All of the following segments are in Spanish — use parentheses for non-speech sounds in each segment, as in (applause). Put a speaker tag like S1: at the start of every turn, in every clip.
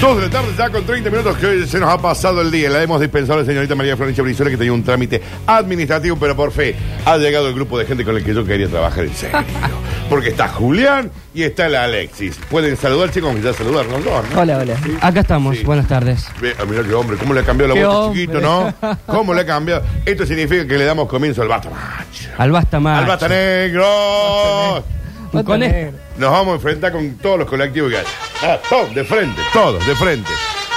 S1: Dos de la tarde, ya con 30 minutos que se nos ha pasado el día. La hemos dispensado a la señorita María Florencia Brizuela que tenía un trámite administrativo, pero por fe ha llegado el grupo de gente con el que yo quería trabajar en
S2: (laughs)
S1: serio. Porque está Julián y está la Alexis. Pueden saludarse como que ya saludaron los dos, ¿no?
S2: Hola, hola. Acá estamos.
S1: Sí.
S2: Buenas tardes.
S1: Ve- ah, mirá qué hombre, cómo le ha cambiado
S2: Qué
S1: la voz este
S2: hombre.
S1: chiquito, ¿no? ¿Cómo le ha cambiado? Esto significa que le damos comienzo al Basta Macho.
S2: Al Basta Macho.
S1: ¡Al Basta Negro!
S2: Y Con
S3: este?
S2: esto.
S1: Nos vamos a enfrentar con todos los colectivos que hay. Ah, todos, de frente, todos, de frente.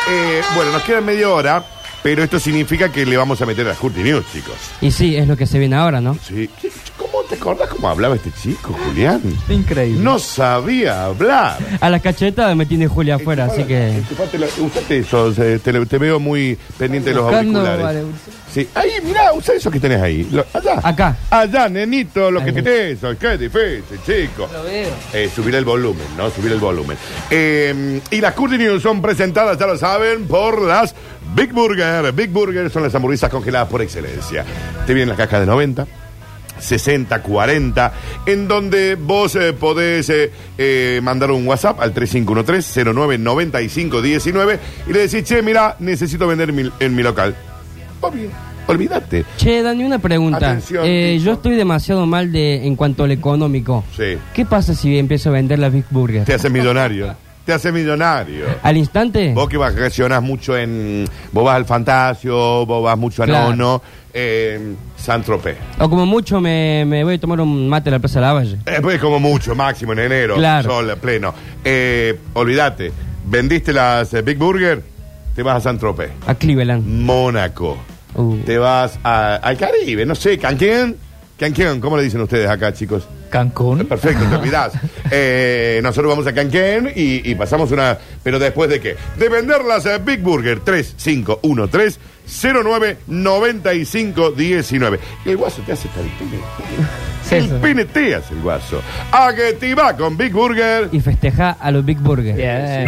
S1: Eh, bueno, nos queda media hora, pero esto significa que le vamos a meter a Curti News, chicos.
S2: Y sí, es lo que se viene ahora, ¿no?
S1: Sí. ¿Cómo te acordás cómo hablaba este chico, Julián?
S2: Increíble.
S1: No sabía hablar.
S2: A la cachetada me tiene Julia afuera, así que.
S1: Enchufate la- usate esos, eh, te, lo- te veo muy pendiente de los
S3: Buscando,
S1: auriculares.
S3: vale, usa.
S1: sí, ahí, mirá, usa eso que tenés ahí. Lo- allá.
S2: Acá.
S1: Allá, nenito, lo
S2: Ahí.
S1: que tenés. eso. Qué difícil, chico.
S3: Lo veo.
S1: Eh, subir el volumen, ¿no? Subir el volumen. Eh, y las Curly News son presentadas, ya lo saben, por las Big Burger. Big Burger son las hamburguesas congeladas por excelencia. Te vienen las cajas de 90. 60, 40, en donde vos eh, podés eh, eh, mandar un WhatsApp al 3513-099519 y le decís, che, mira, necesito vender mi- en mi local. Obvio, olvídate.
S2: Che, Dani, una pregunta.
S1: Atención,
S2: Eh,
S1: Nico.
S2: yo estoy demasiado mal de en cuanto al económico.
S1: Sí.
S2: ¿Qué pasa si empiezo a vender las Big Burger?
S1: Te hace millonario. Te hace millonario.
S2: ¿Al instante?
S1: Vos que vacacionás mucho en. Vos vas al Fantasio, vos vas mucho a
S2: Claro.
S1: Nono, eh, San Tropez.
S2: O como mucho me, me voy a tomar un mate a la Plaza Lavalle.
S1: Eh, pues como mucho, máximo en enero,
S2: Claro.
S1: sol pleno. Eh, olvídate, vendiste las eh, Big Burger, te vas a San Tropez.
S2: A
S1: Mm.
S2: Cleveland.
S1: Mónaco.
S2: Uh.
S1: Te vas a- al Caribe, no sé, Cancún. Cancún, ¿cómo le dicen ustedes acá, chicos?
S3: Cancún.
S1: Perfecto, te olvidás. Eh, nosotros vamos a Cancún y, y pasamos una. Pero después de qué? De venderlas a Big Burger 3513 099519. El guaso te hace estar el pene.
S3: Sí,
S1: el
S3: sí.
S1: pene te hace el guaso. A que te va con Big Burger.
S2: Y festeja a los Big Burger.
S3: Bien.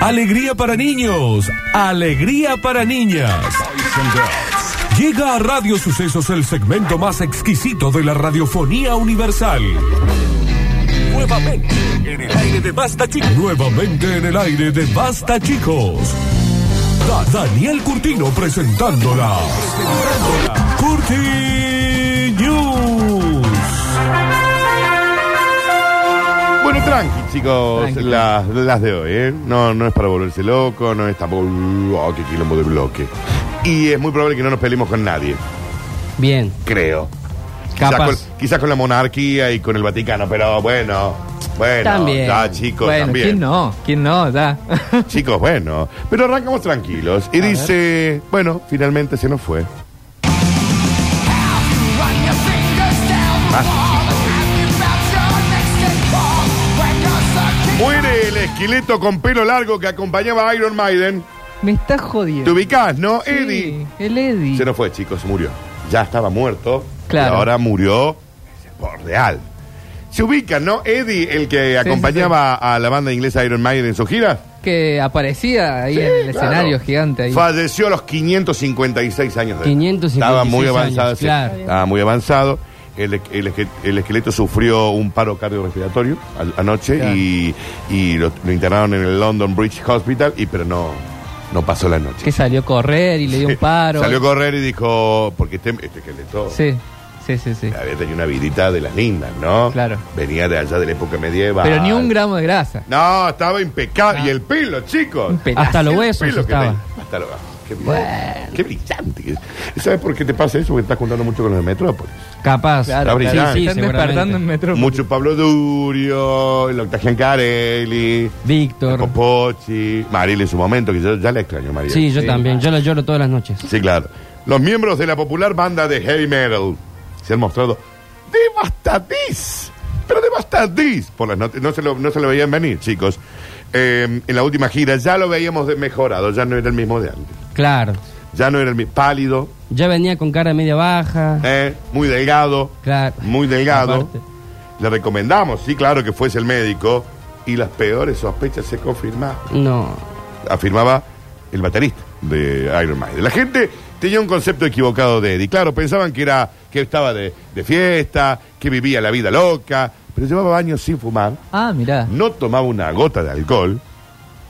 S4: Alegría para niños, alegría para niñas. Llega a Radio Sucesos el segmento más exquisito de la radiofonía universal. Nuevamente en el aire de Basta Chicos. Nuevamente en el aire de Basta Chicos. Da- Daniel Curtino presentándola. Curti News.
S1: Bueno, tranqui, chicos,
S3: Tranqui.
S1: Las, las de hoy, ¿eh? No, no es para volverse loco, no es tampoco. uh, Oh, qué quilombo de bloque. Y es muy probable que no nos peleemos con nadie.
S2: Bien.
S1: Creo. Quizás
S2: Capaz.
S1: con, quizás con la monarquía y con el Vaticano, pero bueno, bueno,
S2: También.
S1: ya, chicos,
S3: bueno,
S1: también.
S3: ¿quién no? ¿Quién no? Ya.
S1: (laughs) Chicos, bueno, pero arrancamos tranquilos. Y dice, bueno, finalmente se nos fue. Muere el esqueleto con pelo largo que acompañaba a Iron Maiden.
S3: (laughs) Me está
S1: Te
S3: jodiendo.
S1: ubicás, ¿no?
S3: Sí,
S1: Eddie.
S3: El Eddie.
S1: Se nos fue, chicos, murió. Ya estaba muerto.
S3: Claro.
S1: Y ahora murió por real. Se ubican, ¿no? Eddie, el que
S3: sí,
S1: acompañaba a la banda inglesa Iron Maiden en su gira.
S3: Que aparecía ahí
S1: Sí,
S3: en el
S1: claro.
S3: escenario gigante. Ahí.
S1: Falleció a los 556 años de edad.
S2: 556
S1: Estaba muy
S2: años,
S1: avanzado. sí.
S2: claro.
S1: Estaba muy avanzado. El, esque- el esque- el esqueleto sufrió un paro cardiorrespiratorio al- anoche
S3: Claro.
S1: y, y lo, lo internaron en el London Bridge Hospital, y pero no, no pasó la noche. Eh,
S3: Que salió a correr y le dio un paro.
S1: Salió a correr y dijo, porque este, este esqueleto
S3: Sí, sí, sí, sí.
S1: había tenido una vidita de las lindas, ¿no?
S3: Claro.
S1: Venía de allá de la época medieval.
S3: Pero ni un gramo de grasa.
S1: No, estaba impecable. Y el pelo, chicos.
S3: Un pelazo.
S2: Hasta los
S1: El
S2: huesos
S1: pelo que
S2: estaba.
S1: tenía. Hasta los Qué, brillante. Qué brillante. que es. ¿Sabes por qué te pasa eso? Porque estás juntando mucho con los de Metrópolis.
S2: Capaz.
S1: Está
S3: Claro, claro.
S1: brillante.
S2: Sí, sí,
S3: Están despertando en
S2: seguramente.
S3: metro.
S1: Mucho Pablo Durio, el Octagian Carelli,
S2: Víctor.
S1: Popochi, Mariel en su momento, que yo ya la extraño, Mariel.
S2: Sí, yo también. Yo la lloro todas las noches.
S1: Sí, claro. Los miembros de la popular banda de heavy metal se han mostrado devastadís, pero devastadís por las notas. No se lo, no se lo veían venir, chicos. Eh, en la última gira ya lo veíamos de- mejorado, ya no era el mismo de antes.
S2: Claro.
S1: Ya no era el mismo. Pálido,
S2: Ya venía con cara media baja.
S1: eh, muy delgado,
S2: Claro.
S1: muy delgado.
S2: Aparte.
S1: Le recomendamos, sí, claro, que fuese el médico. Y las peores sospechas se confirmaron.
S2: No.
S1: afirmaba el baterista de Iron Maiden. La gente tenía un concepto equivocado de Eddie. Claro, pensaban que era que estaba de, de fiesta, que vivía la vida loca, pero llevaba años sin fumar,
S3: Ah, mirá.
S1: no tomaba una gota de alcohol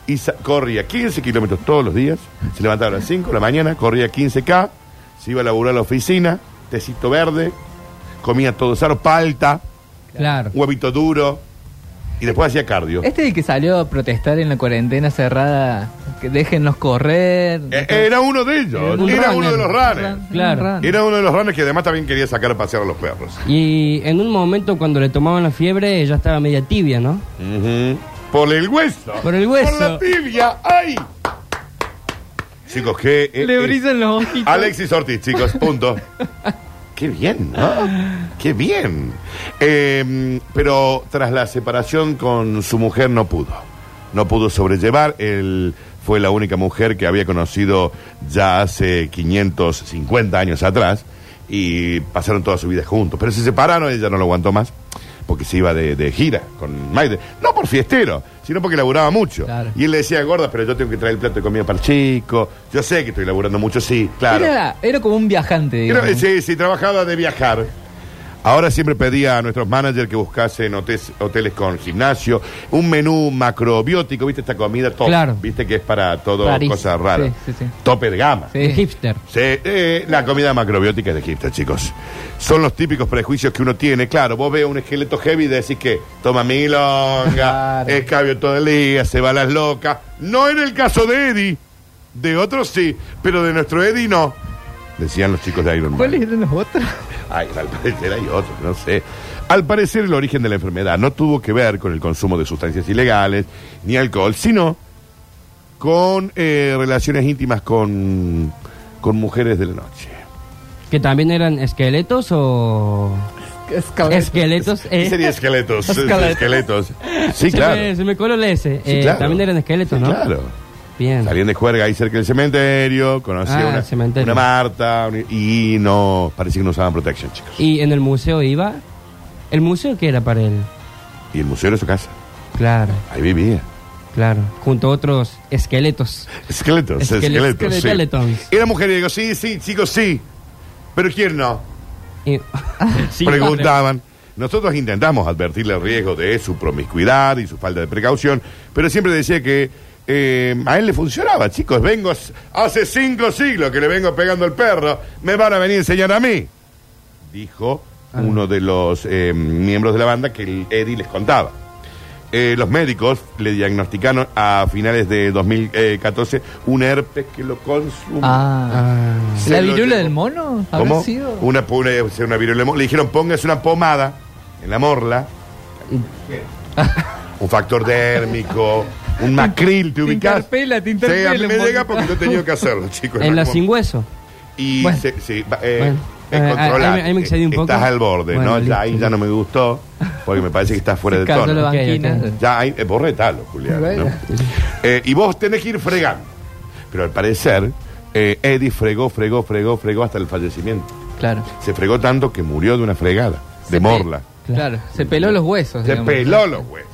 S1: y sa- corría 15 kilómetros todos los días. Se levantaba a las 5 de la mañana, corría 15K, se iba a laburar a la oficina, tecito verde, comía todo sano, palta,
S3: Claro.
S1: huevito duro y después hacía cardio.
S3: Este es el que salió a protestar en la cuarentena cerrada, que déjennos correr.
S1: Eh, Era uno de ellos,
S3: un
S1: era
S3: runner.
S1: uno de los runners.
S3: Run-
S2: Claro.
S3: un runner.
S1: Era uno de los runners que además también quería sacar a pasear a los perros.
S2: Y en un momento cuando le tomaban la fiebre ya estaba media tibia, ¿no?
S1: Ujú. Por el hueso.
S2: Por el hueso.
S1: Por la tibia. ¡Ay! Chicos, qué. eh,
S3: Le
S1: eh,
S3: brillan los ojitos.
S1: Alexis Ortiz, chicos, punto. (laughs) Qué bien, ¿no? Qué bien. Eh, pero tras la separación con su mujer no pudo. No pudo sobrellevar. Él fue la única mujer que había conocido ya hace 550 años atrás y pasaron toda su vida juntos. Pero se separaron, ella no lo aguantó más porque se iba de, de gira con Maide. No por fiestero, sino porque laburaba mucho.
S3: Claro.
S1: Y él le decía, gorda, pero yo tengo que traer el plato de comida para el chico. Yo sé que estoy laburando mucho, sí, claro.
S3: Era, era como un viajante,
S1: Creo-
S3: digamos.
S1: sí, sí, trabajaba de viajar. Ahora siempre pedía a nuestros managers que buscasen hotes- hoteles con gimnasio, un menú macrobiótico, viste esta comida top,
S2: Claro.
S1: viste que es para todo
S2: Rarísimo.
S1: cosas raras,
S3: Sí, sí, sí.
S1: tope de gama.
S3: Sí.
S2: El hipster.
S1: Sí, eh, la comida macrobiótica es de Egipto, chicos. Son los típicos prejuicios que uno tiene. Claro, vos ves un esqueleto heavy y decís que toma milonga,
S3: Claro.
S1: escabio todo el día, se va a las locas. No en el caso de Eddie. De otros sí, pero de nuestro Eddie no. Decían los chicos de Iron Man.
S3: ¿Cuáles eran los otros?
S1: Ay, al parecer hay otro, no sé. Al parecer el origen de la enfermedad no tuvo que ver con el consumo de sustancias ilegales ni alcohol, sino con eh, relaciones íntimas con, con mujeres de la noche.
S2: Que también eran esqueletos o... Esqueletos. eh.
S1: Y sería
S2: (laughs)
S1: esqueletos.
S3: Esqueletos.
S1: esqueletos. Sí,
S2: Se
S1: claro.
S2: me-
S1: Sí,
S2: se me coló el S. Eh,
S1: claro.
S2: También eran esqueletos,
S1: Sí,
S2: ¿no?
S1: Claro.
S2: Bien.
S1: Salían de juerga ahí cerca del cementerio, conocía
S2: Ah,
S1: una,
S2: el cementerio.
S1: una Marta un- y no, parecía que no usaban protección, chicos.
S2: ¿Y en el museo iba? ¿El museo qué era para él?
S1: Y el museo era su casa,
S2: Claro,
S1: ahí vivía.
S2: claro. Junto a otros esqueletos.
S1: Esqueletos,
S2: Esquele-
S1: esqueletos. sí.
S2: esqueletons.
S1: Era mujer y digo, sí, sí, chicos, sí. Pero ¿quién no? (laughs)
S2: Y- (laughs) Sí,
S1: Preguntaban. Nosotros intentamos advertirle el riesgo de su promiscuidad y su falta de precaución, pero siempre decía que eh, a él le funcionaba, chicos. Vengo, s- hace cinco siglos que le vengo pegando el perro, me van a venir a enseñar a mí. Dijo
S3: Ah.
S1: uno de los eh, miembros de la banda que el Eddie les contaba. Eh, los médicos le diagnosticaron a finales de 2014 un herpes que lo consumió.
S3: Ah.
S1: Se
S3: ¿La
S1: lo
S3: viruela
S1: llevó.
S3: del mono? ¿Habrá
S1: ¿Cómo?
S3: sido?
S1: Una, po- una, o sea, una viruela. Le dijeron, póngase una pomada en la
S3: (laughs)
S1: morla. un factor dérmico, un macril, ¿te
S3: Te
S1: ubicas?
S3: interpela, te
S1: Sí, a mí
S3: interpela,
S1: me
S3: un
S1: llega
S3: poquito.
S1: porque yo he tenido que
S3: (laughs)
S1: hacerlo, chicos.
S2: En la
S1: algún
S2: sin
S1: momento.
S2: hueso.
S1: Y
S2: Bueno.
S1: se- sí, va- eh,
S2: Bueno.
S1: es
S2: Eh, ahí-
S1: controlable.
S2: ahí me- ahí me excedí un poco.
S1: Estás al borde,
S2: Bueno,
S1: ¿no?
S2: listo,
S1: Ya, ahí ya
S2: listo.
S1: no me gustó porque me parece que estás fuera de
S3: Se cayó
S1: tono.
S3: la
S2: Ok,
S3: banquina.
S2: ok.
S1: Ya, hay, eh, vos retalo, Julián.
S3: Bueno.
S1: ¿no? Eh, y vos tenés que ir fregando. Pero al parecer, eh, Eddie fregó, fregó, fregó, fregó hasta el fallecimiento.
S3: Claro.
S1: Se fregó tanto que murió de una fregada, de
S3: Se
S1: morla.
S3: pe- Claro, se peló los huesos.
S1: Se
S3: digamos.
S1: peló los huesos.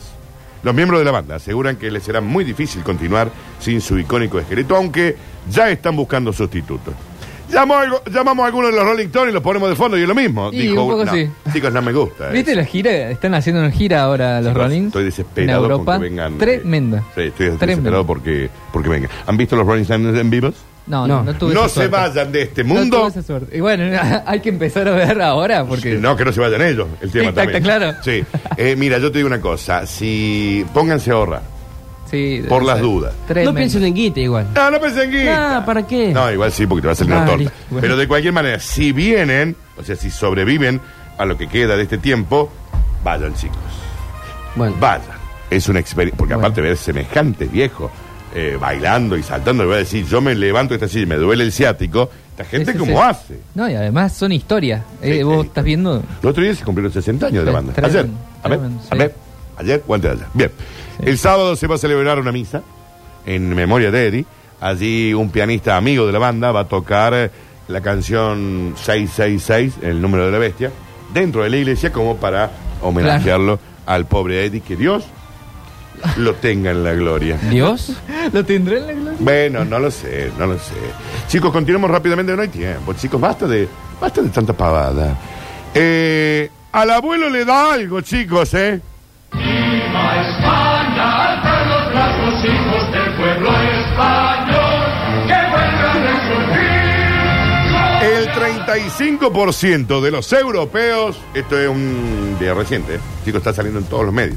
S1: Los miembros de la banda aseguran que les será muy difícil continuar sin su icónico esqueleto, aunque ya están buscando sustitutos. Llamó algo- llamamos a alguno de los Rolling Stones y los ponemos de fondo y es lo mismo.
S3: Y un poco
S1: no,
S3: sí.
S1: Chicos, no me gusta. eh.
S3: ¿Viste la gira? Están haciendo una gira ahora los
S1: Chicos,
S3: Rollins.
S1: Estoy desesperado
S3: en Europa.
S1: con que vengan. eh,
S3: Tremenda.
S1: sí, estoy
S3: Tremenda.
S1: desesperado porque, porque vengan. ¿Han visto los Rolling Stones en vivos?
S3: No, no, no, tuve
S1: no
S3: esa
S1: se
S3: suerte.
S1: vayan de este
S3: No
S1: mundo.
S3: tuve esa suerte. Y bueno, (laughs) hay que empezar a ver ahora porque.
S1: No, que no se vayan ellos, el tema
S3: Tic-tac,
S1: también.
S3: claro.
S1: Sí. Eh, mira, yo te digo una cosa. Si pónganse a ahorrar.
S3: Sí,
S1: Por
S3: o
S1: las
S3: sea,
S1: dudas.
S2: No
S3: tremendo.
S2: piensen en guita igual.
S1: No, no pensé en guita.
S2: No, ¿para qué?
S1: No, igual sí, porque te va a salir una
S2: Ah,
S1: torta.
S2: listo. Bueno.
S1: Pero de cualquier manera, si vienen, o sea, si sobreviven a lo que queda de este tiempo, vayan, chicos.
S2: Bueno,
S1: Vayan. Es una experiencia. Porque
S2: Bueno.
S1: aparte ver semejantes viejos eh, bailando y saltando, le voy a decir, yo me levanto de esta silla y me duele el ciático. Esta gente,
S3: Sí, sí,
S1: ¿cómo
S3: sí.
S1: hace?
S3: No, y además son historias. Eh,
S1: Sí,
S3: vos
S1: sí.
S3: estás viendo. (laughs)
S1: El otro día se cumplieron 60 años de la banda. Ayer.
S3: Tremendo,
S1: A ver,
S3: tremendo, sí.
S1: a ver. Ayer o antes de ayer. Bien. El sábado se va a celebrar una misa en memoria de Eddie. Allí un pianista amigo de la banda va a tocar eh, la canción 666, el número de la bestia, dentro de la iglesia como para homenajearlo al pobre Eddie. Que Dios lo tenga en la gloria.
S2: Dios.
S3: ¿Lo tendré en la gloria?
S1: Bueno, no lo sé, no lo sé. Chicos, continuemos rápidamente, no hay tiempo. Chicos, basta de, basta de tanta pavada. Eh, al abuelo le da algo, chicos, ¿eh?
S5: Viva España, alza los brazos, hijos del
S1: 75% de los europeos, esto es un día reciente, eh, chico, está saliendo en todos los medios.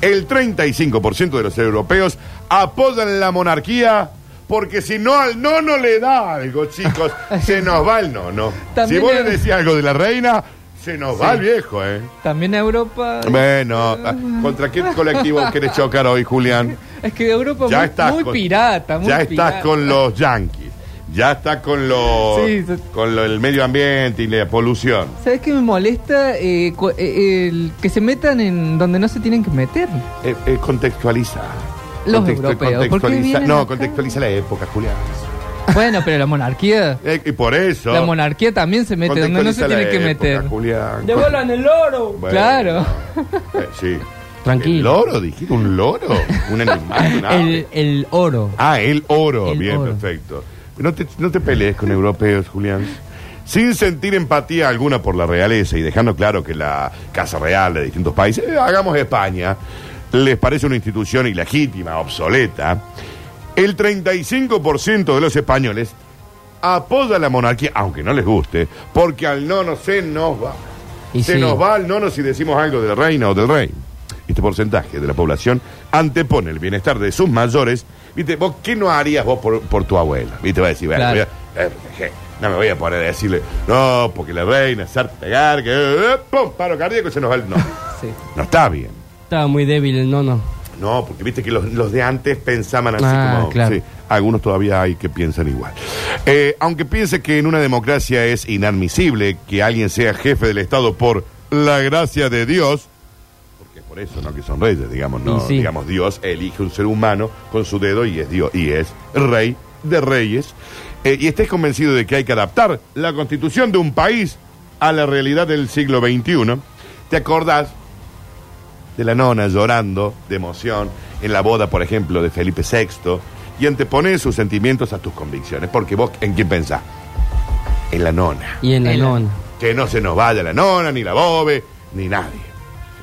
S1: El 35% de los europeos apoyan la monarquía porque si no al nono le da algo, chicos, se nos va el nono.
S3: También
S1: si vos le
S3: es-
S1: decís algo de la reina, se nos va el viejo, ¿eh?
S3: También Europa.
S1: Bueno, ah, ¿contra qué colectivo querés chocar hoy,
S3: (laughs)
S1: Julián?
S3: Es que Europa
S1: Ya
S3: Pues muy,
S1: estás
S3: muy
S1: con-
S3: pirata, muy
S1: Ya
S3: pirata.
S1: estás con los yanquis, ya estás con los
S3: Sí, sí.
S1: con lo- el medio ambiente y la polución.
S3: ¿Sabes qué me molesta? Eh, cu- eh, el que se metan en donde no se tienen que meter.
S1: Eh, eh, contextualiza.
S3: Los europeos, ¿por qué vienen
S1: no,
S3: acá?
S1: contextualiza la época, Julián.
S3: Bueno, pero la
S1: (laughs)
S3: monarquía.
S1: Eh, y por eso.
S3: La monarquía también se mete donde no se
S1: contextualiza la
S3: tiene que
S1: época,
S3: meter.
S1: Julián.
S2: el loro!
S1: Bueno,
S3: Claro.
S1: eh, sí.
S2: Tranquilo.
S1: ¿El loro? ¿Dijiste un loro? ¿Un
S3: (laughs)
S1: animal? un ave.
S2: El, el oro.
S1: Ah, el oro.
S2: El
S1: Bien,
S2: oro.
S1: perfecto. No te, no te pelees con europeos, Julián. Sin sentir empatía alguna por la realeza y dejando claro que la Casa Real de distintos países, eh, hagamos España, les parece una institución ilegítima, obsoleta, el 35% de los españoles apoya la monarquía, aunque no les guste, porque al nono se nos va.
S2: Y
S1: se
S2: sí.
S1: nos va al nono si decimos algo de la reina o del rey. Este porcentaje de la población antepone el bienestar de sus mayores. ¿Viste? ¿Vos qué no harías vos por, por tu abuela? ¿Viste? Va a decir, bueno,
S3: Claro.
S1: voy a- eh, je, no me voy a poner a decirle, no, porque la reina, es pegar, que. eh, ¡Pum! Paro cardíaco y se nos va el. No,
S3: Sí.
S1: no está bien.
S2: Estaba muy débil el nono.
S1: No, porque viste que los, los de antes pensaban así
S2: Ah,
S1: como.
S2: claro.
S1: sí, algunos todavía hay que piensan igual. Eh, aunque piense que en una democracia es inadmisible que alguien sea jefe del Estado por la gracia de Dios, porque es por eso, ¿no? Que son reyes, digamos, ¿no?
S2: Y sí.
S1: Digamos, Dios elige un ser humano con su dedo y es Dios, y es rey de reyes. Eh, y estés convencido de que hay que adaptar la constitución de un país a la realidad del siglo XXI. ¿Te acordás de la nona llorando de emoción en la boda, por ejemplo, de Felipe VI, y antepones sus sentimientos a tus convicciones. Porque vos, ¿en quién pensás? En la nona.
S2: Y en la
S3: El-
S2: nona.
S1: Que no se nos vaya la nona, ni la bobe, ni nadie.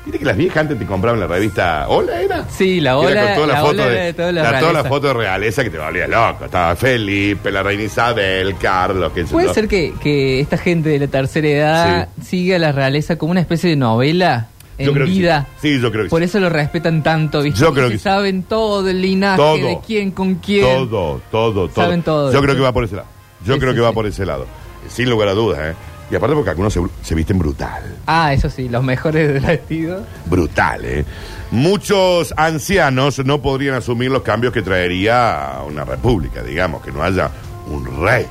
S1: Viste que las viejas antes te compraban la revista Hola, ¿era?
S3: Sí, la
S1: Que era
S3: Hola-
S1: con toda la,
S3: la
S1: foto
S3: Hola
S1: de,
S3: era de toda la
S1: la- toda la
S3: realeza.
S1: foto de realeza que te valía loco. Estaba Felipe, la reina Isabel, Carlos, que
S3: ¿Puede ser que, que esta gente de la tercera edad siga la realeza como una especie de novela en vida?
S1: Sí. Sí, yo creo que
S3: Por
S1: sí.
S3: eso lo respetan tanto, ¿viste?
S1: Yo creo
S3: Y se
S1: que sí.
S3: saben todo el linaje
S1: Todo.
S3: de quién con quién.
S1: Todo, todo, todo.
S3: Saben todo.
S1: Yo creo que va por ese lado. Yo
S3: Sí,
S1: creo
S3: sí,
S1: que va
S3: sí.
S1: por ese lado. Sin lugar a dudas, ¿eh? Y aparte porque algunos se, se visten brutal.
S3: Ah, eso sí, los mejores del vestido.
S1: Brutal, ¿eh? Muchos ancianos no podrían asumir los cambios que traería una república, digamos, que no haya un rey.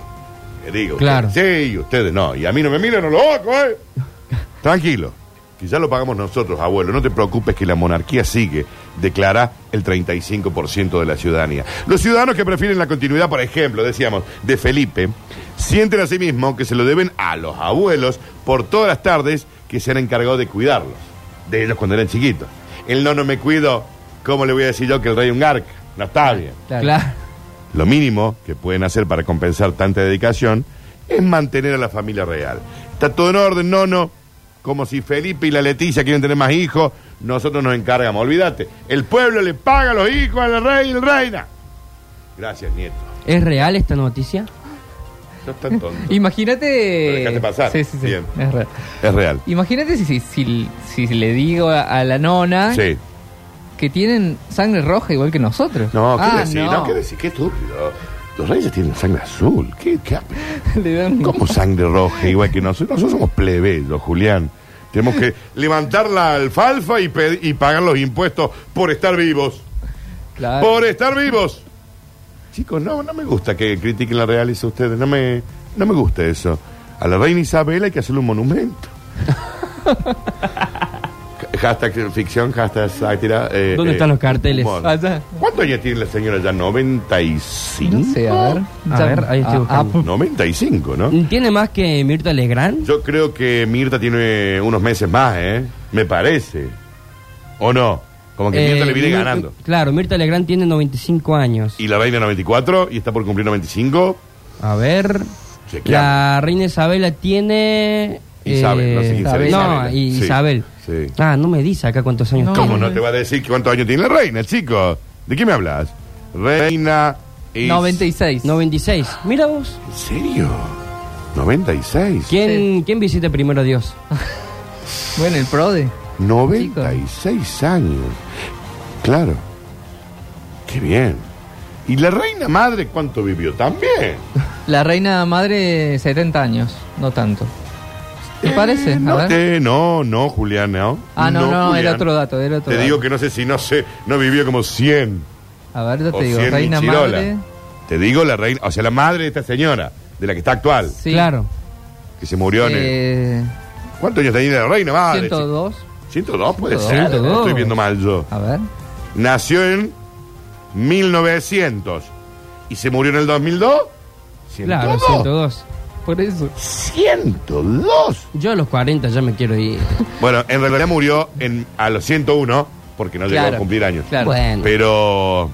S1: Que digo,
S2: Claro.
S1: sí, y ustedes no. Y a mí no me miran, no lo hago, ¿eh? Tranquilo, que ya lo pagamos nosotros, abuelo. No te preocupes que la monarquía sigue, declara el 35% de la ciudadanía. Los ciudadanos que prefieren la continuidad, por ejemplo, decíamos, de Felipe, sienten a sí mismos que se lo deben a los abuelos por todas las tardes que se han encargado de cuidarlos, de ellos cuando eran chiquitos. El no, no me cuido, ¿cómo le voy a decir yo que el rey es un garca? No está bien.
S3: Claro.
S2: Claro.
S1: Lo mínimo que pueden hacer para compensar tanta dedicación es mantener a la familia real. Está todo en orden, no, no. Como si Felipe y la Leticia quieren tener más hijos, nosotros nos encargamos. Olvídate, el pueblo le paga a los hijos al rey y la reina. Gracias, nieto.
S2: ¿Es real esta noticia?
S1: No es tan
S3: (laughs)
S1: tonto.
S3: Imagínate.
S1: Lo dejaste pasar.
S3: Sí, sí, sí.
S1: Bien.
S3: Es real.
S1: Es real.
S3: Imagínate si, si, si- si le digo a, a la nona
S1: Sí.
S3: que tienen sangre roja igual que nosotros.
S1: No, ¿qué
S3: Ah,
S1: decir? No. ¿qué decir? Qué estúpido. Los reyes tienen sangre azul. ¿Qué, qué,
S3: (laughs) Le dan-
S1: ¿Cómo sangre roja igual que nosotros? Nosotros somos plebeyos, Julián. Tenemos que levantar la alfalfa y, pe- y pagar los impuestos por estar vivos.
S3: Claro.
S1: Por estar vivos. Chicos, no, no me gusta que critiquen la realeza ustedes. No me, no me gusta eso. A la reina Isabel hay que hacerle un monumento. (laughs) hashtag ficción, hashtag sátira. eh,
S2: ¿Dónde
S1: eh,
S2: están los carteles?
S1: humor.
S3: Allá.
S1: ¿Cuántos años tiene la señora ya? ¿95?
S3: No sé, a ver.
S2: A
S3: Ya-
S2: ver, ahí estoy
S3: ah,
S2: buscando.
S1: 95, ¿no?
S2: ¿Tiene más que Mirta Legrand?
S1: Yo creo que Mirta tiene unos meses más, ¿eh? Me parece. ¿O no? Como que
S2: Eh,
S1: Mirta le viene
S2: Mir-
S1: ganando.
S2: Claro, Mirta Legrand tiene 95 años.
S1: Y la reina 94 y está por cumplir 95.
S2: A ver.
S1: Chequeamos.
S2: La reina Isabela tiene. eh,
S1: Isabel, no sé quién será
S2: Isabel.
S1: Isabela.
S2: No, y-
S1: Sí,
S2: Isabel.
S1: sí.
S2: Ah, no me dice acá cuántos años
S3: No.
S2: tiene.
S1: ¿Cómo no te va a decir cuántos años tiene la reina, chico? ¿De qué me hablas? Reina. Is-
S3: 96.
S2: 96. Mira vos.
S1: ¿En serio? 96.
S2: ¿Quién, ¿Quién visita primero a Dios?
S3: Bueno, el PRODE.
S1: 96 años. Claro. Qué bien. ¿Y la reina madre cuánto vivió? También.
S3: La reina madre, 70 años, no tanto. ¿Te
S1: Eh,
S3: parece? A
S1: No,
S3: ver.
S1: te- no, no, Julián, no.
S3: Ah, no, no,
S1: Julián.
S3: era otro dato, era otro
S1: Te digo
S3: dato.
S1: que no sé si no sé, no vivió como 100
S3: A ver, yo
S1: o
S3: te digo,
S1: 100
S3: reina
S1: Michirola.
S3: madre.
S1: Te digo la reina, o sea, la madre de esta señora, de la que está actual,
S3: Sí.
S2: Claro.
S1: que se murió en el-
S3: Eh,
S1: ¿Cuántos años tenía la reina madre?
S3: 102.
S1: 102 puede
S3: 102.
S1: ser. Estoy viendo mal yo.
S3: A ver.
S1: Nació en 1900 y se murió en el 2002. 102.
S2: Claro, 102.
S3: Por eso.
S1: 102.
S2: Yo a los 40 ya me quiero ir.
S1: Bueno, en realidad murió en, a los 101 porque no llegó a
S3: Claro,
S1: cumplir años.
S3: (laughs) Claro.
S2: Bueno.
S1: Pero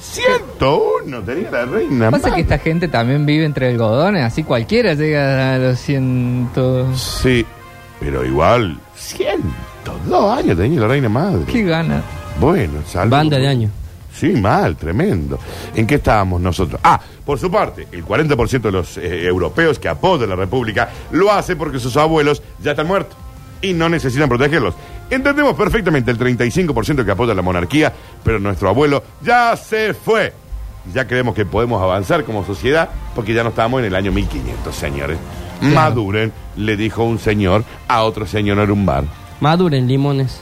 S1: 101 tenía la reina.
S3: Pasa que
S1: madre.
S3: esta gente también vive entre algodones, así cualquiera llega a los 100.
S1: Sí, pero igual 102 años tenía la reina madre.
S3: Qué gana.
S1: Bueno, salvo.
S2: Banda de años.
S1: Sí, mal, tremendo. ¿En qué estábamos nosotros? Ah, por su parte, el 40% de los eh, europeos que apoyan la República lo hace porque sus abuelos ya están muertos y no necesitan protegerlos. Entendemos perfectamente el 35% que apoya la monarquía, pero nuestro abuelo ya se fue. Ya creemos que podemos avanzar como sociedad porque ya no estamos en el año 1500, señores. Maduren, le dijo un señor a otro señor en un bar.
S2: Maduren limones.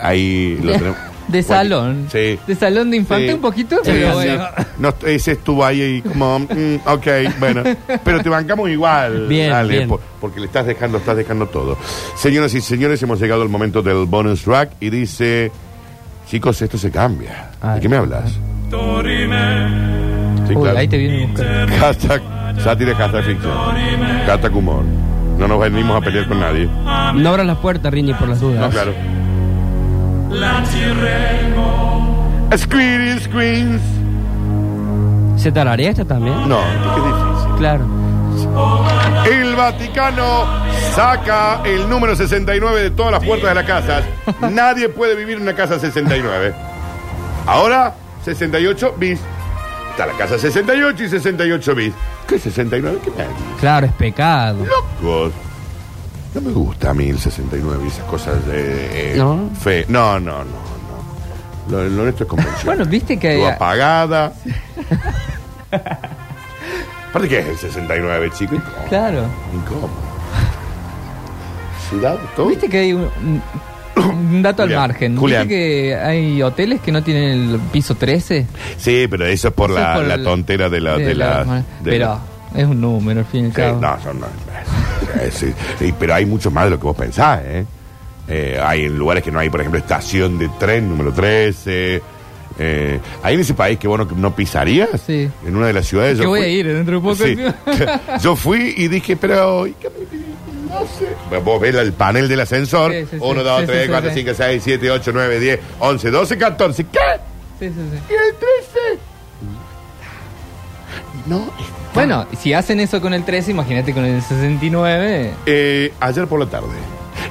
S1: Ahí lo tenemos.
S3: (laughs) De
S1: Bueno,
S3: salón.
S1: Sí.
S3: De salón de infante
S1: Sí.
S3: un poquito,
S1: Sí,
S3: pero
S1: sí.
S3: bueno.
S1: No, ese estuvo ahí y como, mm, ok, bueno. Pero te bancamos igual,
S2: Bien,
S1: Ale,
S2: bien.
S1: por- porque le estás dejando, estás dejando todo. Señoras y señores, hemos llegado al momento del bonus track y dice, chicos, esto se cambia. ¿De
S2: Ay.
S1: qué me hablas? Sí,
S3: Uy,
S1: claro.
S3: ahí te viene a buscar.
S1: Hashtag sátira, hashtag ficción. Hashtag humor. No nos venimos a pelear con nadie.
S2: No abras las puertas, Rini, por las dudas.
S1: No, claro. Squeeze, squeeze.
S2: ¿Se tararea esta también?
S1: No, qué difícil.
S2: Claro.
S1: El Vaticano saca el número 69 de todas las puertas de las
S3: (laughs)
S1: casas. Nadie puede vivir en una casa 69. Ahora, 68 bis. Está la casa 68 y 68 bis. ¿Qué 69? ¿Qué me
S2: Claro, es pecado.
S1: Locos. No me gusta a mí el 69 y esas cosas de... eh,
S2: ¿No?
S1: Fe. No, no, no, no. Lo, lo nuestro es convención.
S3: Bueno, viste que
S1: Luz
S3: hay- (laughs)
S1: apagada. Aparte que es el 69, chico. incómodo.
S3: Claro.
S1: Incómodo. Sudado todo.
S3: Viste que hay un, un- un dato al
S1: Julián,
S3: margen.
S1: Julián.
S3: ¿Viste que hay hoteles que no tienen el piso 13?
S1: Sí, pero eso es por,
S3: Eso
S1: la,
S3: es por
S1: la
S3: el-
S1: tontera de la... De la, de
S3: pero
S1: la-
S3: es un número, al fin y al
S1: Sí,
S3: cabo.
S1: no, son- no, eh, sí, sí, pero hay mucho más de lo que vos pensás, ¿eh? Eh, Hay en lugares que no hay, por ejemplo, estación de tren número 13. eh, hay en ese país que vos no, no pisarías.
S3: Sí.
S1: En una de las ciudades.
S3: Que
S1: yo
S3: voy
S1: fui-
S3: a ir dentro de poco.
S1: Sí. (laughs)
S3: encima.
S1: Yo fui y dije, pero. ¿y qué me- No sé. Vos ves el panel del ascensor:
S3: Sí, sí, sí.
S1: 1, 2,
S3: Sí,
S1: 3,
S3: sí,
S1: 4,
S3: sí.
S1: 5, 6, 7, 8, 9, 10, 11, 12, 14. ¿Qué?
S3: (laughs) Sí, sí, sí.
S1: ¿Y el 13? No. está.
S3: Bueno, si hacen eso con el 13, imagínate con el 69.
S1: Eh, ayer por la tarde.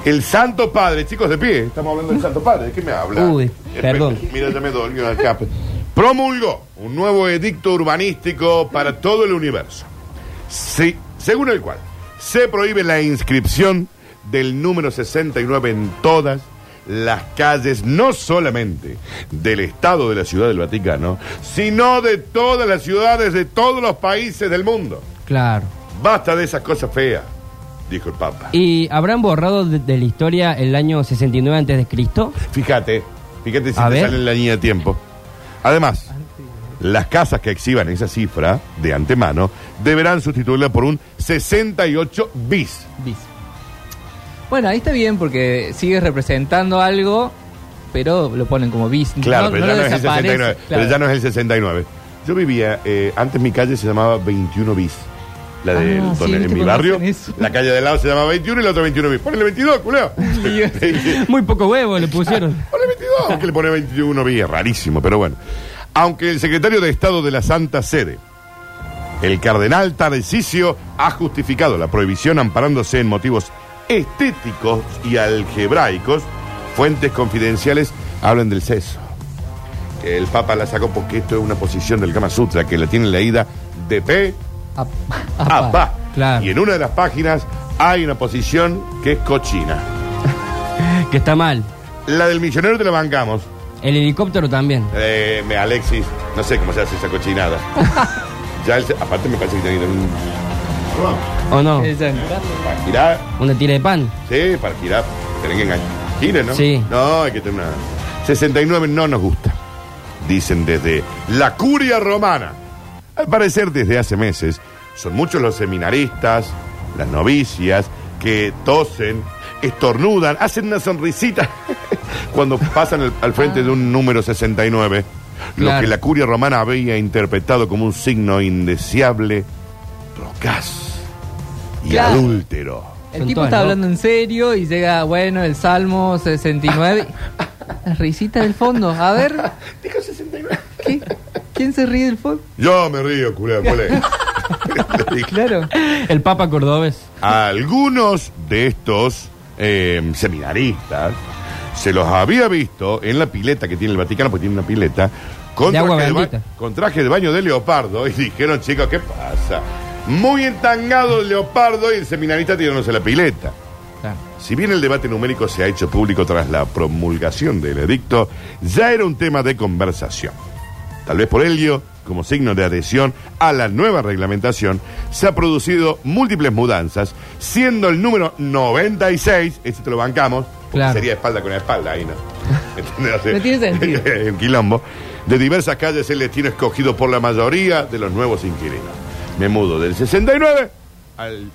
S1: El Santo Padre, chicos, de pie. Estamos hablando del Santo Padre. ¿De qué me habla?
S2: Uy,
S1: Eh,
S2: perdón.
S1: pe- Mira, ya me dolió el cap. Promulgó un nuevo edicto urbanístico para todo el universo. Sí, según el cual se prohíbe la inscripción del número 69 en todas las calles, no solamente del Estado de la Ciudad del Vaticano, sino de todas las ciudades de todos los países del mundo.
S2: Claro.
S1: Basta de esas cosas feas, dijo el Papa.
S2: ¿Y habrán borrado de, de la historia el año 69 antes de Cristo?
S1: Fíjate, fíjate si
S2: A
S1: te
S2: ver.
S1: sale en la línea de tiempo. Además, las casas que exhiban esa cifra de antemano deberán sustituirla por un 68 bis.
S3: Dice. Bueno, ahí está bien porque sigues representando algo, pero lo ponen como bis.
S1: Claro,
S3: No-
S1: pero,
S3: no
S1: ya
S3: lo
S1: no es el
S3: desaparece,
S1: 69, pero
S3: claro.
S1: ya no es el 69. Yo vivía, eh, antes mi calle se llamaba 21 bis. La de
S3: Ah,
S1: donde-
S3: sí,
S1: en mi
S3: viste cuando
S1: barrio,
S3: hacen eso.
S1: la calle del lado se llamaba 21 y la otra 21 bis. Ponele 22,
S3: (laughs)
S1: culeo. (laughs) Ponele
S2: Muy poco huevo
S1: (laughs)
S2: le pusieron.
S1: 22, que le pone 21 bis, es rarísimo, pero bueno. Aunque el secretario de Estado de la Santa Sede, el cardenal Tarcisio, ha justificado la prohibición amparándose en motivos estéticos y algebraicos, fuentes confidenciales hablan del sexo que el Papa la sacó
S3: Ah, (laughs)
S1: porque esto es una posición del Kama Sutra que la tiene leída de pe
S3: A-
S1: a
S3: apa.
S1: pa.
S2: Claro.
S1: Y en una de las páginas hay una posición que es cochina.
S2: Que está mal.
S1: La del millonero te la bancamos.
S2: El helicóptero también.
S1: Eh, me- Alexis, no sé cómo se hace esa cochinada. ya él se- aparte me parece que tiene que tener un...
S2: ¿O no?
S3: Exacto.
S1: Para girar,
S2: Una tira de pan.
S1: sí, para girar. Tienen que enganchar. Gire, ¿no?
S2: Sí.
S1: No, hay que tener una... 69 no nos gusta. Dicen desde la curia romana. Al parecer desde hace meses son muchos los seminaristas, las novicias, que tosen, estornudan, hacen una sonrisita (laughs) cuando pasan al, al frente de un número 69. Lo
S2: Ah. Claro.
S1: que la curia romana había interpretado como un signo indeseable, rocaz y
S3: Claro.
S1: adúltero.
S3: El
S2: Son
S3: tipo
S2: todas,
S3: está
S2: ¿no?
S3: hablando en serio y llega, bueno, el Salmo 69. Las risitas del fondo. A ver,
S1: Dijo 69.
S3: ¿qué? ¿quién se ríe del fondo?
S1: Yo me río, culero, ¿cuál es? Le dije.
S2: (laughs)
S3: Claro.
S2: El Papa Cordobés.
S1: algunos de estos eh, seminaristas se los había visto en la pileta que tiene el Vaticano, porque tiene una pileta, con,
S2: De agua
S1: traje, de ba-
S2: bendita.
S1: con traje de baño de leopardo. Y dijeron, chicos, ¿qué pasa? Muy entangado el leopardo y el seminarista tirándose a la pileta.
S2: Claro.
S1: Si bien el debate numérico se ha hecho público tras la promulgación del edicto, ya era un tema de conversación. Tal vez por ello, como signo de adhesión a la nueva reglamentación, se ha producido múltiples mudanzas, siendo el número 96, este te lo bancamos, porque
S2: Claro.
S1: sería espalda con espalda ahí, ¿no? ¿Entendés?
S3: No tiene
S1: (laughs)
S3: sentido.
S1: un quilombo. De diversas calles el destino escogido por la mayoría de los nuevos inquilinos. Me mudo del 69 al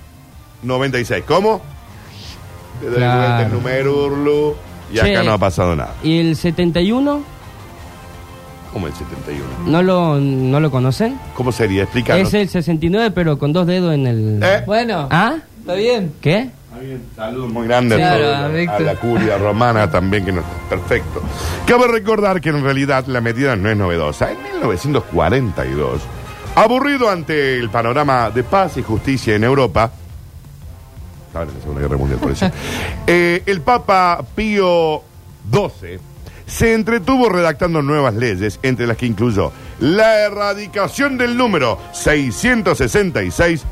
S1: 96. ¿Cómo? Te doy
S2: Claro.
S1: vuelta el número Urlu y
S2: Che.
S1: acá no ha pasado nada.
S2: ¿Y el 71?
S1: ¿Cómo el 71?
S2: ¿No lo, no lo conocen?
S1: ¿Cómo sería? Explícanos.
S2: Es el 69, pero con dos dedos en el.
S1: Eh.
S3: Bueno,
S2: ¿Ah?
S3: está bien.
S2: ¿Qué?
S1: Está bien, Saludos muy grandes
S3: Claro,
S1: a, todos,
S3: Víctor.
S1: a la curia romana también, que no perfecto. Cabe recordar que en realidad la medida no es novedosa. En 1942, aburrido ante el panorama de paz y justicia en Europa, estaba Ah, en la Segunda Guerra Mundial por eso, eh, el Papa Pío XII se entretuvo redactando nuevas leyes, entre las que incluyó la erradicación del número 666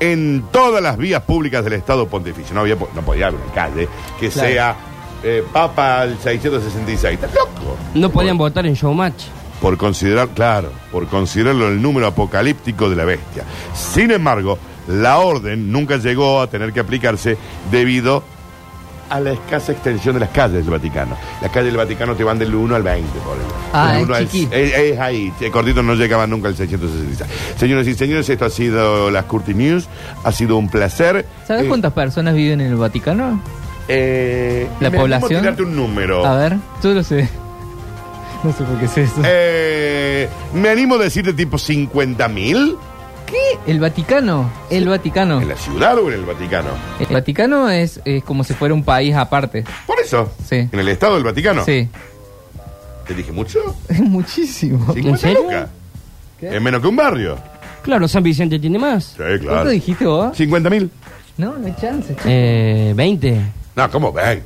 S1: en todas las vías públicas del Estado Pontificio. No, había, po- no podía haber una calle que
S3: Claro.
S1: sea eh, Papa el 666. ¿Estás loco?
S2: No podían votar en Showmatch.
S1: por considerar, claro, por considerarlo el número apocalíptico de la bestia. Sin embargo, la orden nunca llegó a tener que aplicarse debido a la escasa extensión de las calles del Vaticano. Las calles del Vaticano te van del 1 al 20, por ejemplo.
S3: Ah,
S1: Del
S3: es
S1: 1 al-
S3: chiquito.
S1: es, es ahí, el cortito no llegaba nunca al 666. Señoras y señores, esto ha sido las Curti News, ha sido un placer.
S3: ¿Sabes
S1: Eh,
S3: cuántas personas viven en el Vaticano?
S1: eh,
S3: la
S1: me animo a
S3: población?
S1: tirarte un número.
S3: A ver, yo lo sé. No sé por qué es eso.
S1: Eh, me animo a decirte tipo 50 mil.
S3: El Vaticano, el Vaticano.
S1: ¿En la ciudad o en el Vaticano?
S3: El Vaticano es, es como si fuera un país aparte.
S1: Por eso.
S3: Sí.
S1: ¿En el Estado del Vaticano?
S3: Sí.
S1: ¿Te dije mucho?
S3: Es muchísimo.
S1: 50
S2: serio?
S1: lucas.
S3: ¿Qué?
S1: Es menos que un barrio.
S2: Claro, San Vicente tiene más.
S1: Sí,
S3: ¿Cuánto
S1: claro.
S3: dijiste vos?
S1: 50 mil.
S3: No, no hay chance.
S2: Eh, 20.
S1: No, ¿cómo 20?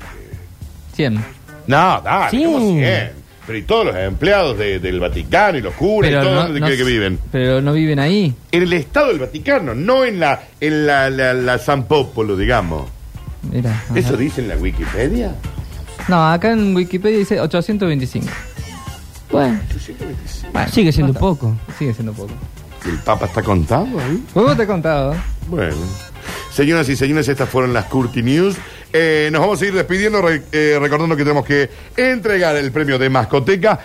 S3: 100.
S1: No, dale,
S2: Sí.
S1: como 100. Pero y todos los empleados de- del Vaticano y los curas y todos donde que viven.
S3: Pero no viven ahí.
S1: En el Estado del Vaticano, no en la, en la, la, la San Popolo, digamos.
S3: Mira. ajá.
S1: ¿Eso dice en la Wikipedia?
S3: No, acá en Wikipedia dice 825. Bueno, Bueno,
S2: Sigue siendo
S3: no
S2: poco.
S3: está- Sigue siendo poco.
S1: ¿El Papa está contado ahí?
S3: ¿Cómo te he contado?
S1: Bueno. Señoras y señores, estas fueron las Curti News. Eh, nos vamos a ir despidiendo, re- eh, recordando que tenemos que entregar el premio de mascoteca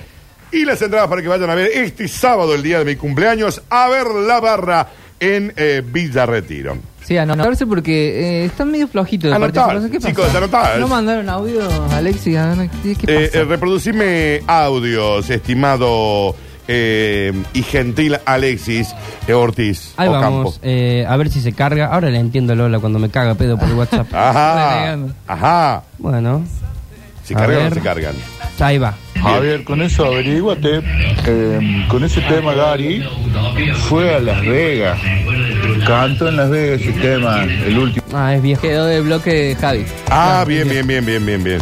S1: y las entradas para que vayan a ver este sábado, el día de mi cumpleaños, a ver la barra en eh, Villa Retiro.
S3: Sí, anotarse porque eh, están medio flojitos. de
S1: Anotarse,
S3: participación. ¿Qué pasa?
S1: chicos, anotarse.
S3: No mandaron audio, Alexis. a ver, ¿Qué, qué
S1: Eh,
S3: pasa?
S1: eh, reproducime audios, estimado eh, y gentil Alexis eh, Ortiz
S2: Ahí
S1: Ocampo.
S2: vamos. eh, a ver si se carga. Ahora le entiendo a Lola cuando me caga pedo por
S1: (laughs)
S2: WhatsApp.
S1: Ah. Ajá,
S3: Renegando.
S1: ajá.
S2: Bueno,
S1: ¿Se
S2: A
S1: cargan o no
S2: ver.
S1: se cargan?
S2: ahí va.
S5: Javier, con eso averíguate. eh, con ese tema Gary fue a Las Vegas. Cantó en Las Vegas ese tema, el último.
S2: Ah, es viejo.
S3: Quedó de bloque de Javi.
S1: Ah, bien, bien, bien, bien, bien, bien.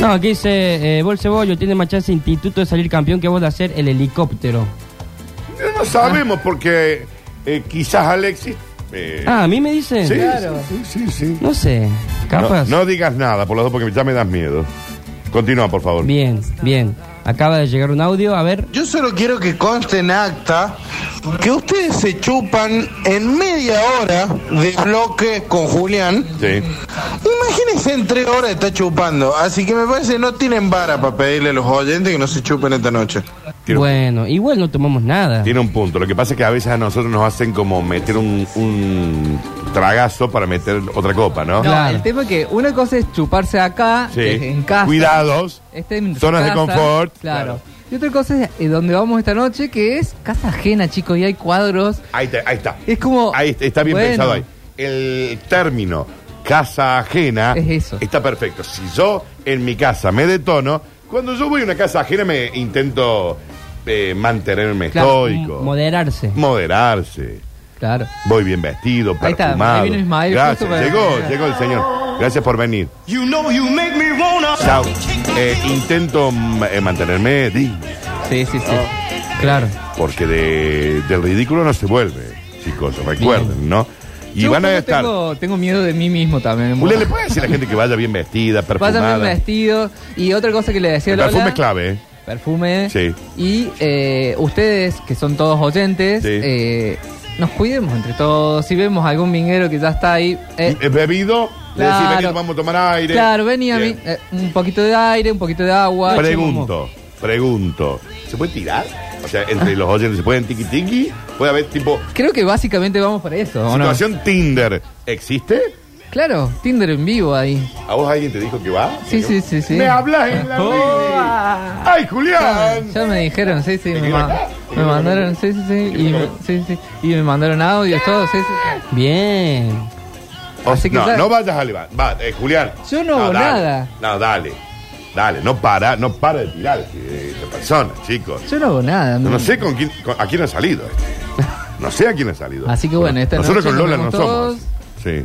S2: No, aquí dice eh, Bol Cebollo, tiene más chance instituto de salir campeón que vos de hacer el helicóptero.
S1: No sabemos porque eh, quizás Alexis Eh,
S2: Ah, a mí me dicen.
S1: sí,
S3: claro.
S1: sí, sí, sí.
S2: No sé,
S1: No,
S2: capaz.
S1: no digas nada por los dos porque ya me das miedo. Continúa, por favor.
S2: Bien, bien. Acaba de llegar un audio, a ver.
S6: Yo solo quiero que conste en acta que ustedes se chupan en media hora de bloque con Julián.
S1: Sí.
S6: Imagínense en tres horas está chupando. Así que me parece no tienen vara para pedirle a los oyentes que no se chupen esta noche.
S1: Tiene,
S2: Bueno, igual no tomamos nada.
S1: tiene un punto. Lo que pasa es que a veces a nosotros nos hacen como meter un, un tragazo para meter otra copa, ¿no?
S3: No,
S2: Claro.
S3: el tema es que una cosa es chuparse acá,
S1: Sí.
S3: que es en casa.
S1: Cuidados,
S3: Este en
S1: zonas de
S3: casa,
S1: confort.
S3: Claro. Y otra cosa es eh, donde vamos esta noche, que es casa ajena, chicos, y hay cuadros.
S1: Ahí está, ahí está.
S3: Es como.
S1: (laughs) Ahí está, está bien
S3: Bueno,
S1: pensado ahí. El término casa ajena
S3: Es eso.
S1: está perfecto. Si yo en mi casa me detono, cuando yo voy a una casa ajena me intento eh, mantenerme
S3: Claro,
S1: estoico,
S2: M- Moderarse.
S1: moderarse.
S3: Claro.
S1: Voy bien vestido,
S3: Ahí está,
S1: perfumado.
S3: ahí vino Ismael,
S1: Gracias,
S3: justo para-
S1: llegó, llegó el señor. Gracias por venir. Chao. Eh, intento mm, eh, mantenerme digno,
S3: Sí, sí, sí.
S1: Ah.
S2: Claro.
S1: porque de, del ridículo no se vuelve, chicos, recuerden, ¿no? Y
S3: Yo
S1: van a
S3: creo que
S1: estar.
S3: Tengo, tengo miedo de mí mismo también.
S1: Julián, ¿le puede decir a la gente que vaya bien vestida, perfumada?
S3: Pásame un vestido. Y otra cosa que le decía
S1: El
S3: Lola.
S1: perfume es clave, ¿eh?
S3: Perfume.
S1: Sí.
S3: Y eh, ustedes, que son todos oyentes,
S1: Sí.
S3: eh, nos cuidemos entre todos. Si vemos algún minguero que ya está ahí. eh,
S1: Es bebido, le
S3: Claro.
S1: decís, vení, vamos a tomar aire.
S3: Claro, vení a mí.
S1: Bien.
S3: eh, un poquito de aire, un poquito de agua.
S1: Pregunto, pregunto. ¿Se puede tirar? O sea, entre los oyentes, ¿se pueden tiki tiki? ¿Puede haber tipo
S3: chupamos. Creo que básicamente vamos para eso, ¿o no?
S1: situación Tinder? ¿Existe?
S3: Claro, Tinder en vivo ahí.
S1: ¿A vos alguien te dijo que va?
S3: Sí, sí, sí, sí.
S1: Me hablas en
S3: (laughs)
S1: la
S3: Oh.
S1: vida. ¡Ay, Julián!
S3: Ya me dijeron, sí, sí,
S1: ¿Te
S3: me,
S1: quedó
S3: ma-
S1: acá? ¿Te
S3: me
S1: quedó
S3: mandaron,
S1: acá?
S3: sí, sí, sí,
S1: ¿Te
S3: y
S1: quedó
S3: me,
S1: acá?
S3: sí, sí, y me mandaron audios, todo, sí, sí.
S2: Bien.
S1: O-
S3: Así que
S1: no,
S3: ya-
S1: no vayas a levantar. Va, eh, Julián.
S3: Yo no hago
S1: dale.
S3: nada.
S1: No, dale. Dale, no para, no para de tirar eh, esta persona, chicos.
S3: Yo no hago nada.
S1: No
S3: me-
S1: sé con quién, con- a quién ha salido. No sé a quién ha salido.
S3: Así que bueno, esta
S1: Nosotros
S3: noche
S1: con
S3: nos
S1: Lola no
S3: vemos
S1: somos.
S3: todos.
S1: Sí.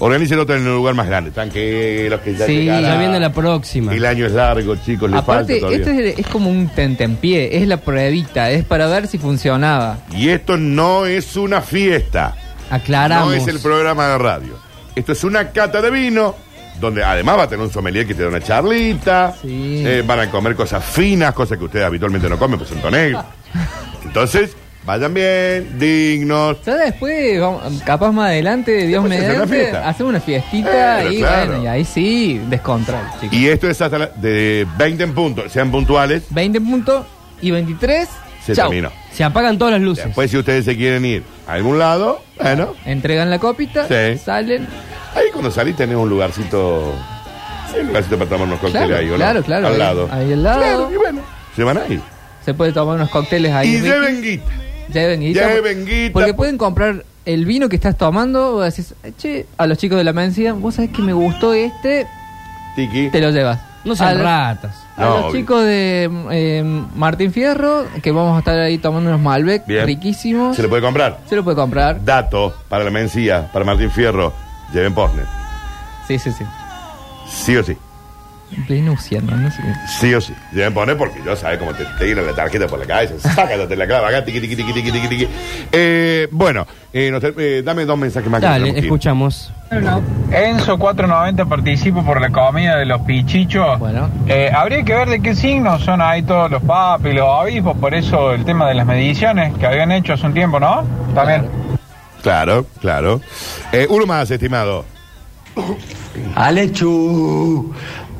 S1: Organícelo en un lugar más grande. Tranquilos, que ya
S3: Sí,
S1: llegará.
S2: Ya viene la próxima.
S1: El año es largo, chicos. Le falta
S3: Aparte,
S1: todavía.
S3: esto es, es como un tentempié, es la pruebita, es para ver si funcionaba.
S1: Y esto no es una fiesta.
S3: Aclaramos.
S1: No es el programa de radio. Esto es una cata de vino, donde además va a tener un sommelier que te da una charlita.
S3: Sí.
S1: Eh, van a comer cosas finas, cosas que ustedes habitualmente no comen, pues son
S3: (laughs)
S1: negro. Entonces, vayan bien, dignos.
S3: Ya después, vamos- capaz más adelante, Dios
S1: Después se hace
S3: mediante,
S1: una fiesta.
S3: hacemos una fiestita
S1: Eh,
S3: y
S1: claro.
S3: bueno, y ahí sí, descontrol, chicos.
S1: Y esto es hasta la- de 20 en punto. Sean puntuales,
S3: 20 puntos y 23,
S1: se
S3: chau.
S1: terminó.
S2: Se apagan todas las luces.
S1: Después, si ustedes se quieren ir a algún lado, bueno,
S3: Entregan la copita,
S1: Sí.
S3: salen,
S1: ahí cuando salís tenés un lugarcito. sí, un lugarcito para tomar unos cócteles
S3: Claro,
S1: ahí, ¿o no?
S3: claro, claro,
S1: Al
S3: ahí-
S1: lado.
S3: ahí al lado.
S1: Claro, y bueno, se van ahí.
S3: se puede tomar unos cócteles ahí.
S1: y
S3: rico.
S1: lleven guita.
S3: Lleven guita.
S1: Lleven guita.
S3: Porque pueden comprar el vino que estás tomando, vos decís, che, a los chicos de la mencía, vos sabés que me gustó este,
S1: Tiki.
S3: te lo llevas.
S2: No
S3: a,
S2: sean
S3: los-
S2: ratas.
S3: a
S1: No,
S3: los
S1: obvio.
S3: chicos de eh, Martín Fierro, que vamos a estar ahí tomando unos Malbec
S1: Bien.
S3: riquísimos.
S1: Se le puede comprar.
S3: Se lo puede comprar.
S1: Dato para la Mencía, para Martín Fierro. Lleven Posner.
S3: Sí, sí, sí.
S1: Sí o sí.
S3: Plenucia, ¿no? No sé qué.
S1: Sí o sí. Lleven Posner porque yo sabe cómo te tiran la tarjeta por la cabeza. Sácate, te la clava acá. Tiqui, tiqui, tiqui, tiqui, tiqui, tiqui. Eh, bueno, eh, nos- eh, dame dos mensajes más. que
S2: Dale,
S1: tenemos que ir.
S2: escuchamos.
S7: Enzo 490 participo por la comida de los pichichos.
S3: Bueno.
S7: Eh, habría que ver de qué signos son ahí todos los papis, los obispos, por eso el tema de las mediciones que habían hecho hace un tiempo, ¿no? También.
S1: Claro, claro. Eh, uno más, estimado.
S8: Alechu,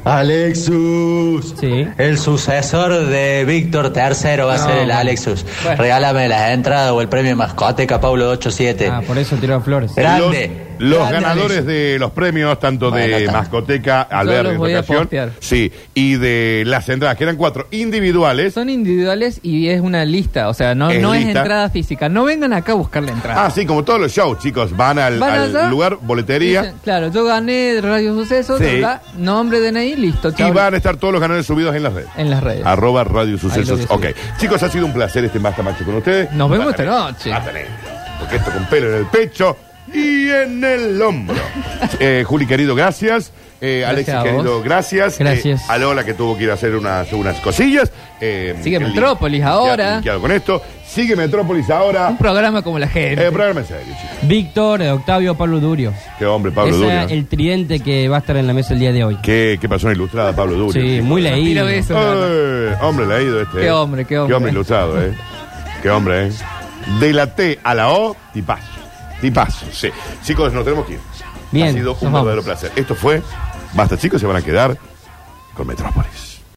S8: Alexus.
S2: Sí.
S8: El sucesor de Víctor III va a ser el Alexus.
S3: Bueno.
S8: Regálame las entradas o el premio mascoteca Pablo 87.
S2: Ah, por eso tiró flores.
S8: Grande.
S1: Los, los
S8: Grande,
S1: ganadores
S8: Alexus.
S1: de los premios, tanto
S8: Bueno,
S1: de
S8: está.
S1: Mascoteca,
S3: los
S1: Albergue,
S3: voy a
S1: Educación,
S3: postear.
S1: sí, y de las entradas, que eran cuatro individuales.
S3: Son individuales y es una lista, o sea, no,
S1: Es
S3: no es
S1: lista.
S3: entrada física. No vengan acá a buscar la entrada.
S1: Ah, sí, como todos los shows, chicos, van al,
S3: Van
S1: al
S3: allá,
S1: lugar, boletería,
S3: dicen, claro, yo gané Radio Sucesos,
S1: Sí.
S3: ¿verdad? nombre, DNI, listo,
S1: y
S3: chao.
S1: van a estar todos los ganadores subidos en las redes.
S3: En las redes.
S1: Arroba Radio
S3: Ahí
S1: Sucesos.
S3: lo
S1: Ok.
S3: que
S1: Chicos, ha sido un placer este Basta Macho con ustedes.
S3: Nos vemos
S1: Basta,
S3: esta
S1: nene.
S3: noche.
S1: Basta, nene. Porque
S3: (laughs)
S1: esto con pelo en el pecho y en el hombro. Eh, Juli, querido, gracias. Eh,
S3: Gracias
S1: Alexis,
S3: a vos.
S1: querido, gracias.
S2: Gracias.
S1: Eh, a Lola, que tuvo que ir a hacer unas, unas cosillas. Eh,
S3: Sigue
S1: que li-
S3: Metrópolis
S1: que ha
S3: ahora.
S1: linkeado con esto. Sigue Metrópolis ahora.
S3: Un programa como la gente.
S1: Eh, programa en serio, chicos.
S2: Víctor, eh, Octavio, Pablo Durio.
S1: Qué hombre, Pablo
S2: Ese
S1: Durio.
S2: es el tridente que va a estar en la mesa el día de hoy.
S1: Qué, qué persona ilustrada, Pablo Durio.
S2: Sí, muy leído.
S3: Tiro beso.
S1: Eh, hombre leído este.
S3: Qué
S1: eh.
S3: hombre, qué hombre.
S1: Qué hombre ilustrado, ¿eh? Qué hombre, ¿eh? De la T a la O, tipazo. Tipazo, sí. Chicos, nos tenemos que ir.
S2: Bien,
S1: Ha sido
S2: nos
S1: un
S2: vamos.
S1: verdadero placer. Esto fue Basta, chicos, se van a quedar con Metrópolis.